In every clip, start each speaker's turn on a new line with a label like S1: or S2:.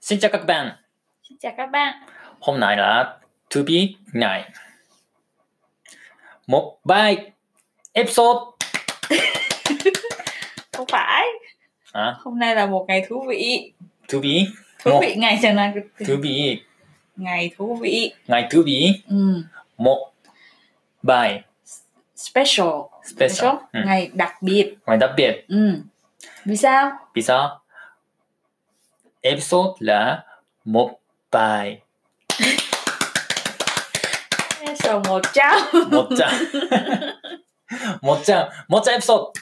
S1: Xin chào các bạn,
S2: Xin chào các bạn.
S1: hôm nay là To Be Night Một bài episode
S2: Không phải.
S1: Hả?
S2: Hôm nay là một ngày thú vị.
S1: À, To Be
S2: Thú
S1: Một.
S2: vị ngày chẳng là cái-
S1: To Be
S2: ngày thú vị.
S1: Ngày To Be
S2: Ừ.
S1: Một bài
S2: Special.
S1: special ừ.
S2: Ngày đặc biệt.
S1: Ngày đặc biệt
S2: Ừ. Vì sao?
S1: Vì sao? Episode là một bài
S2: Special 100.
S1: một trăm một trăm một trăm episode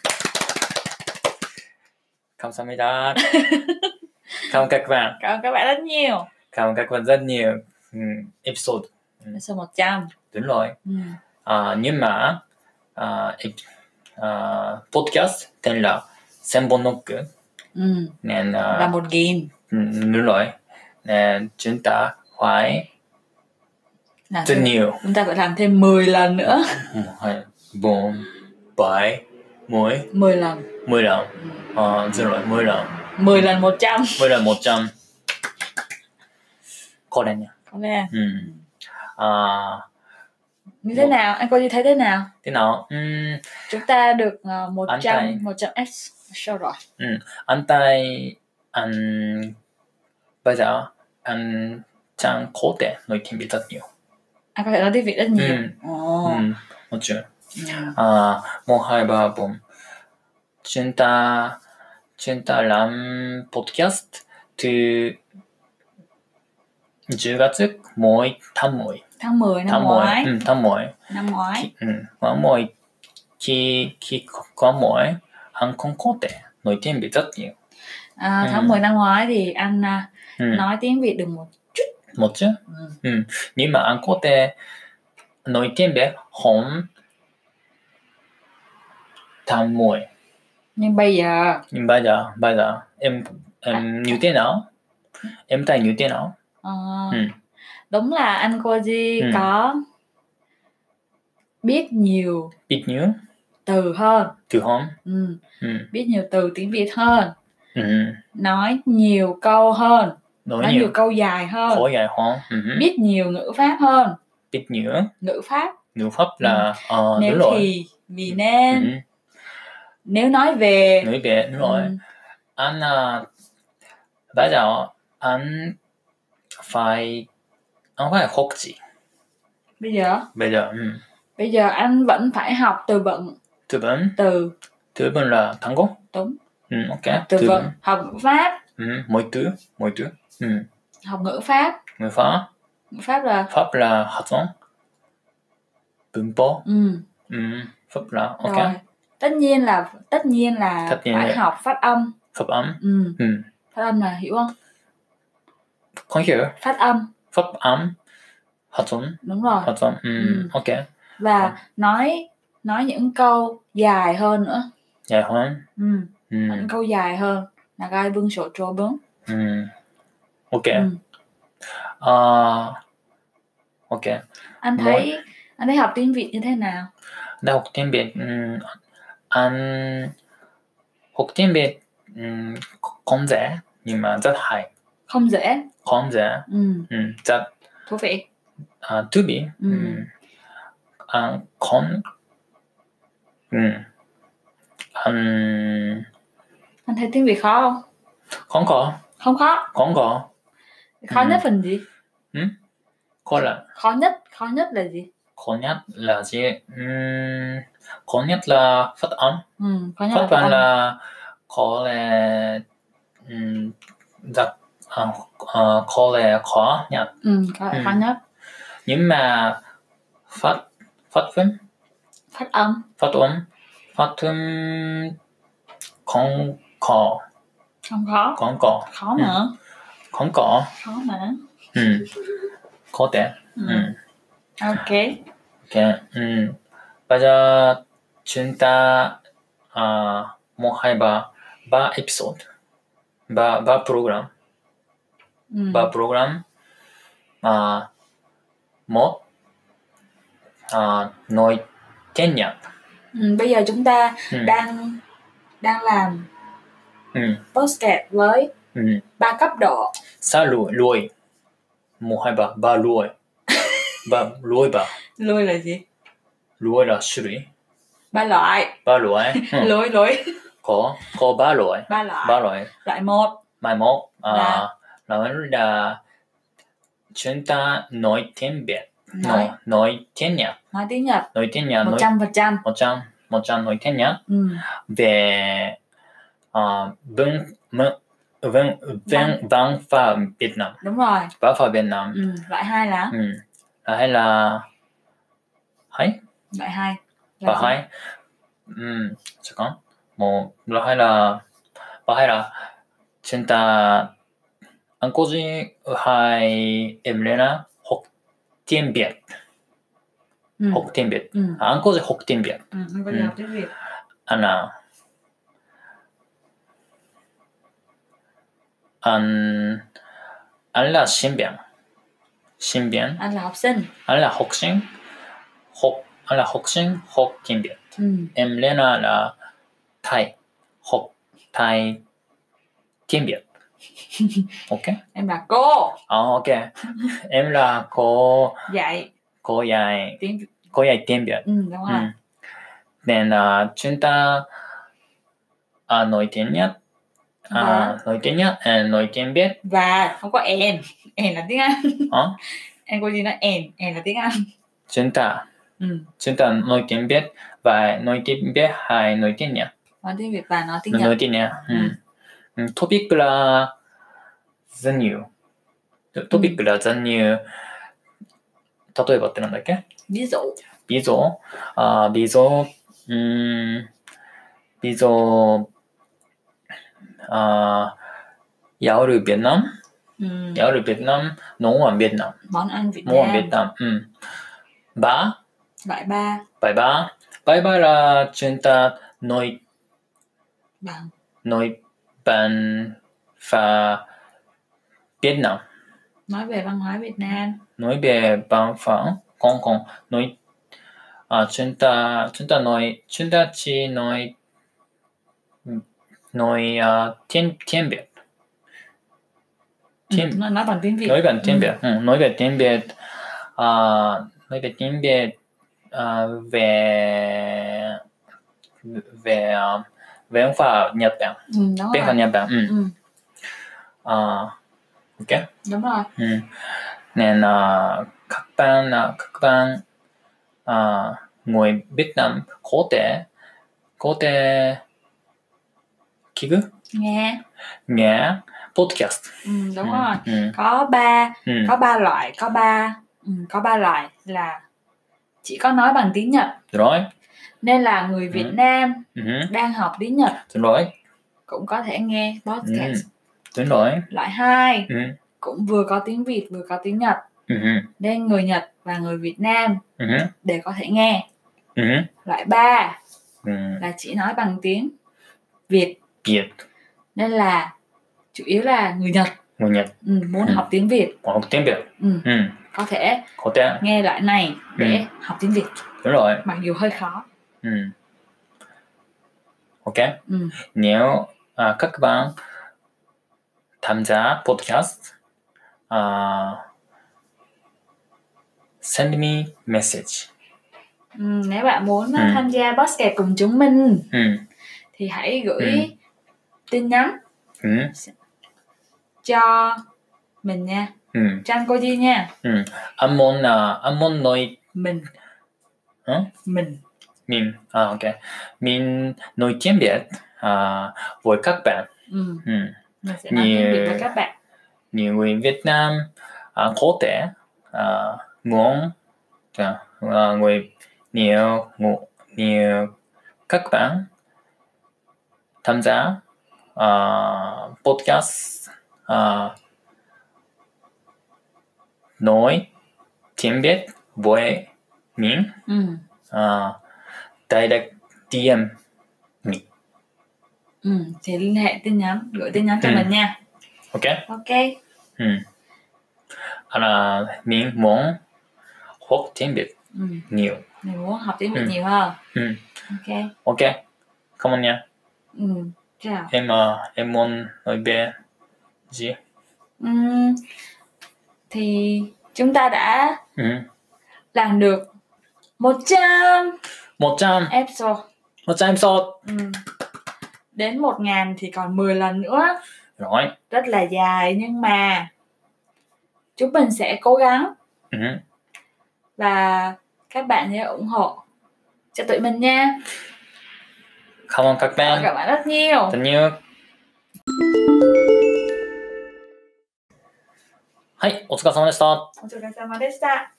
S1: 감사합니다 Cảm ơn các bạn
S2: Cảm ơn các bạn rất nhiều.
S1: Cảm ơn các bạn rất nhiều ừ, episode
S2: Special 100.
S1: đúng rồi
S2: Ừ.
S1: à, nhưng mà à, ep- à, podcast tên là Sen Bonok
S2: Ừ.
S1: nên
S2: Là
S1: à,
S2: một nghìn.
S1: ừ, đúng rồi nên chúng ta phải
S2: Là
S1: rất nhiều
S2: chúng ta phải làm thêm 10 lần nữa.
S1: một hai bốn bảy mười
S2: 10 lần.
S1: mười lần à, xin lỗi mười lần
S2: 10 lần 100.
S1: mười lần một trăm có lẽ nhỉ
S2: Có lẽ là
S1: ừ. à,
S2: như thế nào? Anh có như thấy thế nào?
S1: thế nào ừ,
S2: Chúng ta được uh,
S1: Anh
S2: 100
S1: thấy.
S2: 100 S show rồi.
S1: anh tay anh bây giờ anh chẳng có thể nói tiếng Việt rất nhiều
S2: Anh À, có thể nói tiếng Việt rất nhiều.
S1: Ừ.
S2: Ồ.
S1: ừ, một chuyện
S2: Ừ.
S1: à, một hai ba bốn chúng ta chúng ta làm podcast từ 10月もう一単もい
S2: tháng 10 năm
S1: 単もい
S2: ngoái
S1: うん単もい
S2: năm ngoái
S1: うんはもうききこもいあんこんこてのいてんべざっていう
S2: à,
S1: Ừ.
S2: tháng 10 năm ngoái thì anh à,
S1: うん
S2: nói tiếng Việt được một
S1: もちろん
S2: ừ.
S1: うん今あんこてのいてんべ本単もい
S2: nhưng bây giờ
S1: Nhưng bây giờ, bây giờ em em như thế nào? Em thấy như thế nào?
S2: ờ,
S1: Ừ.
S2: đúng là anh Koji
S1: Ừ.
S2: có biết nhiều
S1: Biết nhiều
S2: từ hơn
S1: từ không?
S2: ừ.
S1: Ừ.
S2: biết nhiều từ tiếng Việt hơn
S1: Ừ.
S2: nói nhiều câu hơn
S1: Nói
S2: nói nhiều
S1: nhiều
S2: câu dài hơn
S1: khối dài không? Ừ.
S2: biết nhiều ngữ pháp hơn
S1: Biết nhiều
S2: ngữ pháp
S1: ngữ pháp là ờ
S2: nếu
S1: đúng rồi.
S2: thì vì
S1: Ừ.
S2: nên nếu nói về
S1: Nói về đúng rồi.
S2: ừ,
S1: Anh à, bây giờ anh phải anh phải học gì?
S2: bây giờ
S1: Bây giờ ừ.
S2: bây giờ anh vẫn phải học từ vựng
S1: Từ vựng,
S2: từ
S1: từ vựng là単語？
S2: Đúng.
S1: Ừ, ok.
S2: từ vựng học ngữ pháp
S1: Ừ, mỗi từ, mỗi từ. Ừ.
S2: học ngữ pháp
S1: Ngữ pháp,
S2: ngữ pháp là
S1: pháp là hạt giống.文法
S2: ừ
S1: Ừ, pháp là ok.
S2: rồi tất nhiên là tất nhiên là
S1: Tất nhiên
S2: phải
S1: rồi.
S2: học phát âm
S1: Pháp âm.
S2: ừ.
S1: Ừ.
S2: phát âm là hiểu không
S1: Con hiểu.
S2: phát âm
S1: Pháp âm. Hạt giống.
S2: đúng rồi
S1: Hạt giống. Ừ,
S2: Ừ.
S1: ok. Ừ.
S2: và nói nói những câu dài hơn nữa
S1: Dài hơn.
S2: ừ.
S1: Ừ.
S2: những câu dài hơn là gai vương sổ trô bướng
S1: Ừ. Ok.
S2: Ừ.
S1: À, ok.
S2: anh
S1: Mỗi-
S2: thấy anh thấy học tiếng việt như thế nào
S1: Đại học tiếng Việt. Ừ. Anh học tiếng Việt ừ, không dễ nhưng mà rất hay.
S2: không dễ
S1: Không dễ.
S2: ừ.
S1: Ừ, rất
S2: thú vị
S1: à, thú vị.
S2: Ừ.
S1: À, không. Ừ. Anh
S2: anh thấy tiếng việt khó
S1: không
S2: không
S1: có.
S2: không khó
S1: Không có,
S2: khó
S1: Ừ.
S2: nhất phần gì
S1: có là
S2: khó nhất khó nhất là gì
S1: khó nhất là gì? Ừm, khó nhất là phát âm.
S2: ừ. khó nhất
S1: Phát
S2: phát
S1: âm
S2: âm
S1: là có lẽ um, rất à, à, có lẽ khó nhất.
S2: ừ. khó,
S1: Ừ.
S2: khó nhất
S1: Nhưng mà phát phát âm
S2: phát âm
S1: phát âm phát âm không có
S2: không khó
S1: không có
S2: khó mà
S1: không có
S2: khó mà
S1: Ừm, có thể
S2: ừ.
S1: Ừm.
S2: ok
S1: 嗯 OK, 嗯 ừ. Bây giờ chúng ta à, một hai ba ba episode ba ba program
S2: ừ.
S1: ba program 啊 à, một à, nói tiếng Nhật
S2: Ừ, bây giờ
S1: 嗯
S2: chúng ta
S1: ừ.
S2: đang đang làm
S1: Ừ.
S2: podcast với
S1: Ừ.
S2: ba cấp độ
S1: Xa lùi, lùi. Một, hai, ba, ba lùi. ba lùi ba.
S2: lôi là gì
S1: Lùi là xử lý.
S2: ba loại
S1: Ba lùi. Ừ.
S2: lôi lôi
S1: Có, có ba lùi.
S2: ba loại
S1: Ba lùi.
S2: loại một
S1: Mai mốt. À,
S2: Là?
S1: là vẫn là chúng ta nói tiếng Việt.
S2: nói
S1: Nói, nói tiếng Nhật.
S2: nói tiếng nhật
S1: Nói tiếng Nhật.
S2: một
S1: Nói,
S2: trăm phần trăm
S1: một trăm. Một trăm nói tiếng Nhật.
S2: Ừ.
S1: về à, văn văn văn
S2: Vâng.
S1: văn văn hóa Việt Nam
S2: đúng rồi
S1: văn hóa Việt Nam
S2: ừ. loại hai là
S1: ừ. À, hay là hay
S2: loại hai là
S1: và
S2: gì?
S1: hay ừ. sẽ có một là hay là và hay là chúng ta anh có gì hay em lên là học tiếng Việt
S2: ừ.
S1: học tiếng Việt
S2: Ừ.
S1: À, anh có gì học tiếng Việt
S2: Ừ. không có
S1: Ừ.
S2: gì học tiếng Việt.
S1: anh à anh anh là sinh viên sinh viên
S2: anh là học sinh
S1: anh là học sinh học anh là học sinh học tiếng việt
S2: ừ.
S1: em Lena là thầy học thầy tiếng việt ok
S2: em là cô
S1: à, ok em là cô
S2: dạy
S1: cô dạy
S2: tiếng
S1: cô dạy tiếng việt
S2: ừ, đúng rồi
S1: Ừ. Nên là chúng ta à, nói tiếng Nhật, à,
S2: Và-
S1: nói tiếng Nhật, à, nói tiếng Việt,
S2: và không có en en là tiếng anh
S1: Ờ.
S2: em có gì nói en en là tiếng anh
S1: chúng ta
S2: ừ.
S1: chúng ta nói tiếng Việt và nói tiếng Việt hay nói tiếng Nhật,
S2: nói tiếng việt và nói tiếng nhật
S1: nói tiếng Nhật. Ừ.
S2: Ừ.
S1: Ừ, Topic là rất nhiều, topic là rất nhiều. 例えばってなんだっけ
S2: ví dụ
S1: ビゾあービゾうーん、ビゾあー、やおるベトナム
S2: ừ.
S1: Ja, du Việt Nam, nấu ở Việt Nam,
S2: món ăn việt
S1: mua ở
S2: nam
S1: Dạ. Việt Nam. Ừ. Ba,
S2: loại ba
S1: bye ba. Bye bye là chúng ta nói
S2: bằng
S1: nói bằng và Việt Nam,
S2: nói về văn hóa việt nam
S1: nói về văn hóa Hong Kong, nói à, chúng ta chúng ta nói chúng ta chỉ nói nói à, tiếng tiếng Việt,
S2: ừ.
S1: tiếng
S2: nói, nói bằng tiếng việt
S1: nói về tiếng
S2: Ừ.
S1: Việt, ừ. nói về tiếng Việt, à, nói về tiếng Việt à, về về à, về văn hóa Nhật Bản,
S2: ừ, đúng
S1: văn hóa
S2: rồi
S1: Nhật Bản, ừ.
S2: ừ.
S1: à, ok,
S2: đúng rồi
S1: ừ. nên à, các bạn à, các bạn à, người Việt Nam có thể có thể kí
S2: nghe
S1: nghe podcast,
S2: ừ, đúng
S1: ừ.
S2: rồi
S1: Ừ.
S2: có ba
S1: Ừ.
S2: có ba loại có ba ừ, có ba loại là chỉ có nói bằng tiếng nhật
S1: rồi,
S2: nên là người việt
S1: Ừ.
S2: nam
S1: ừ.
S2: đang học tiếng nhật
S1: rồi,
S2: cũng có thể nghe
S1: Ừ.
S2: podcast
S1: đúng rồi,
S2: loại hai
S1: ừ.
S2: cũng vừa có tiếng việt vừa có tiếng nhật
S1: Ừ.
S2: nên người nhật và người việt nam
S1: Ừ.
S2: đều có thể nghe
S1: Ừ.
S2: loại ba
S1: Ừ.
S2: là chỉ nói bằng tiếng việt
S1: Việt,
S2: nên là chủ yếu là người nhật
S1: người Nhật,
S2: ừ, muốn
S1: Ừ.
S2: học tiếng việt
S1: còn học tiếng Việt.
S2: ừ,
S1: Ừ.
S2: có thể
S1: Có thể,
S2: nghe loại này để
S1: Ừ.
S2: học tiếng việt
S1: đúng rồi.
S2: mặc dù hơi khó
S1: Ừ. Ok.
S2: ừ.
S1: Nếu à, các bạn tham gia podcast, à, send me message.
S2: Ừ, nếu bạn muốn
S1: Ừ.
S2: tham gia podcast cùng chúng mình
S1: Ừ.
S2: thì hãy gửi
S1: Ừ.
S2: tin nhắn
S1: Ừ.
S2: cho mình nha
S1: Ừ.
S2: Chan Koji nha
S1: Anh muốn à, anh muốn nói
S2: mình
S1: Hả?
S2: mình
S1: mình à, ok mình nói tiếng Việt à, với các bạn.
S2: ừ.
S1: Ừ.
S2: mình sẽ nói tiếng Việt với các bạn
S1: nhiều người Việt Nam à, có thể à, muốn à, à, người nhiều ngụ- nhiều các bạn tham gia à, podcast à, nói tiếng Việt với mình
S2: ừ.
S1: à, direct DM
S2: Ừ. thì liên hệ tin nhắn gửi tin nhắn cho
S1: Ừ.
S2: mình nha
S1: ok
S2: ok
S1: ừ. à, là mình muốn học tiếng Việt
S2: ừ.
S1: nhiều
S2: mình muốn học tiếng Việt
S1: Ừ.
S2: nhiều hơn
S1: Ừ.
S2: ok
S1: Ok, cảm ơn nha.
S2: ừ. chào
S1: Em, à, em muốn nói về gì
S2: Ừm, Ừ, thì chúng ta đã
S1: ừ.
S2: làm được 100
S1: 100
S2: episode
S1: 100 episode
S2: Ừm. đến 1.000 thì còn 10 lần nữa
S1: rồi
S2: rất là dài nhưng mà chúng mình sẽ cố gắng
S1: ừ.
S2: và các bạn nhớ ủng hộ cho tụi mình nha
S1: cảm ơn các
S2: cảm
S1: bạn
S2: ơn các bạn rất nhiều
S1: tình yêuはい、お疲れ様でした。
S2: お疲れ様でした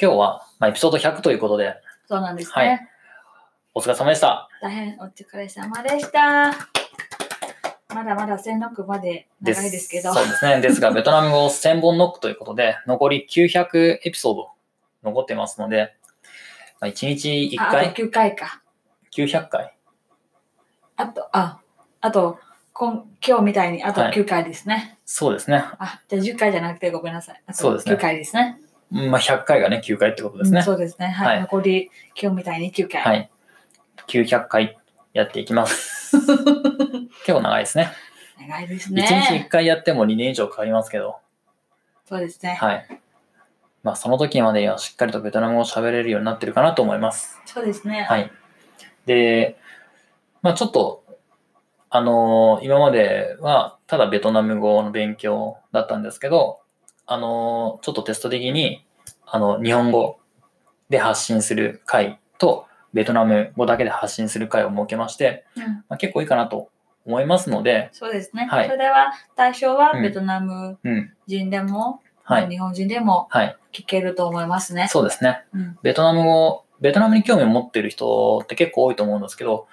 S1: 今日は、まあ、エピソード100ということで、
S2: そうなんですね、
S1: はいお疲れ様でした。
S2: 大変お疲れ様でしたまだまだ千六まで長いですけど
S1: そうですね。ですが、ベトナム語1000本ノックということで、残り900エピソード残ってますので、まあ、1日1
S2: ああ
S1: 回
S2: と9回か
S1: ?900 回
S2: あとああとこん今日みたいにあと
S1: はい
S2: 9回ですね、
S1: そうですね。
S2: あじゃあ10回じゃなくてごめんなさいあ
S1: そう
S2: と
S1: ですね
S2: 9回ですね
S1: まあ、100回がね、9回ってことです
S2: う
S1: ね
S2: ん。そうですねはい、
S1: はい
S2: 残り今日みたいに9回、
S1: はい。900回やっていき ます。結構長いですね。
S2: 長いです
S1: 1日1
S2: ね
S1: 回やっても2年以上かかりますけど、
S2: そうですね、
S1: はい。まあ、その時までにはしっかりとベトナム語を喋れるようになってるかなと思います。
S2: そうですね、
S1: はい。で、まあ、ちょっと、あのー今まではただベトナム語の勉強だったんですけど、あのーちょっとテスト的に、あの、日本語で発信する回と、ベトナム語だけで発信する回を設けまして、
S2: うん
S1: まあ、結構いいかなと思いますので、
S2: そうですね、
S1: はい
S2: それは対象は
S1: うん
S2: ベトナム
S1: うん。
S2: 人でも、
S1: はい。
S2: 日本人でも
S1: はい。
S2: 聞けると思いますね
S1: そうですね。
S2: うん
S1: ベトナム語、ベトナムに興味を持ってる人って結構多いと思うんですけど、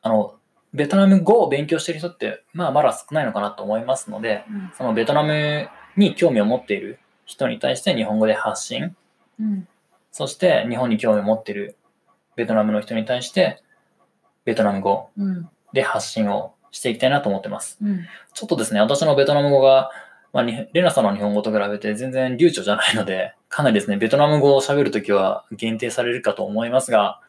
S1: あの、ベトナム語を勉強してる人って、まあまだ少ないのかなと思いますので、
S2: うん
S1: そのベトナムに興味を持っている人に対して日本語で発信、
S2: うん
S1: そして日本に興味を持っているベトナムの人に対して、ベトナム語
S2: うん
S1: で発信をしていきたいなと思ってます。
S2: うん
S1: ちょっとですね、私のベトナム語が、まあ、にレナさんの日本語と比べて全然流暢じゃないので、かなりですね、ベトナム語を喋るときは限定されるかと思いますが、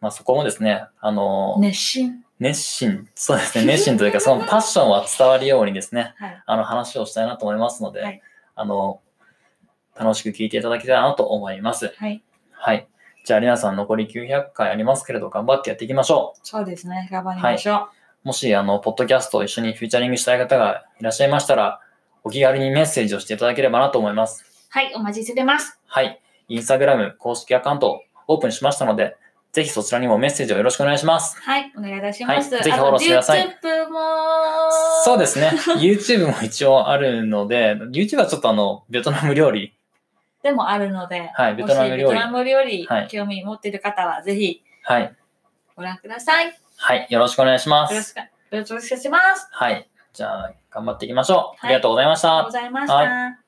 S1: まあ、そこもですね、あの、
S2: 熱心
S1: 熱心、そうですね、熱心というか、そのパッションは伝わるようにですね、
S2: はい
S1: あの話をしたいなと思いますので、
S2: はい
S1: あの、楽しく聞いていただきたいなと思います。
S2: はい
S1: はい。じゃあ、レナさん残り900回ありますけれど、頑張ってやっていきましょう。
S2: そうですね頑張りましょう、
S1: もし、あの、ポッドキャストを一緒にフューチャリングしたい方がいらっしゃいましたら、お気軽にメッセージをしていただければなと思います。
S2: はい、お待ちしてます。
S1: はい。インスタグラム公式アカウントをオープンしましたので、ぜひそちらにもメッセージをよろしくお願いします。
S2: はい、お願いいたします。
S1: はいぜひフォローしてください
S2: あと YouTube も。
S1: そう
S2: で
S1: です ね。YouTube も一応あるので、YouTube はちょっとあの、ベトナム料理。
S2: もあるので、
S1: はいベトナム料理
S2: もしベトナム料理
S1: はい
S2: 興味持っている方は、ぜひ
S1: はい。
S2: ご覧ください。よ
S1: はい。よろしくお願いしま
S2: ろ
S1: す
S2: し。く、よろしくお願いします。
S1: はい。じゃあ、頑張っていきましょう。
S2: い
S1: ありがとうございました。
S2: ありがとうございました。
S1: は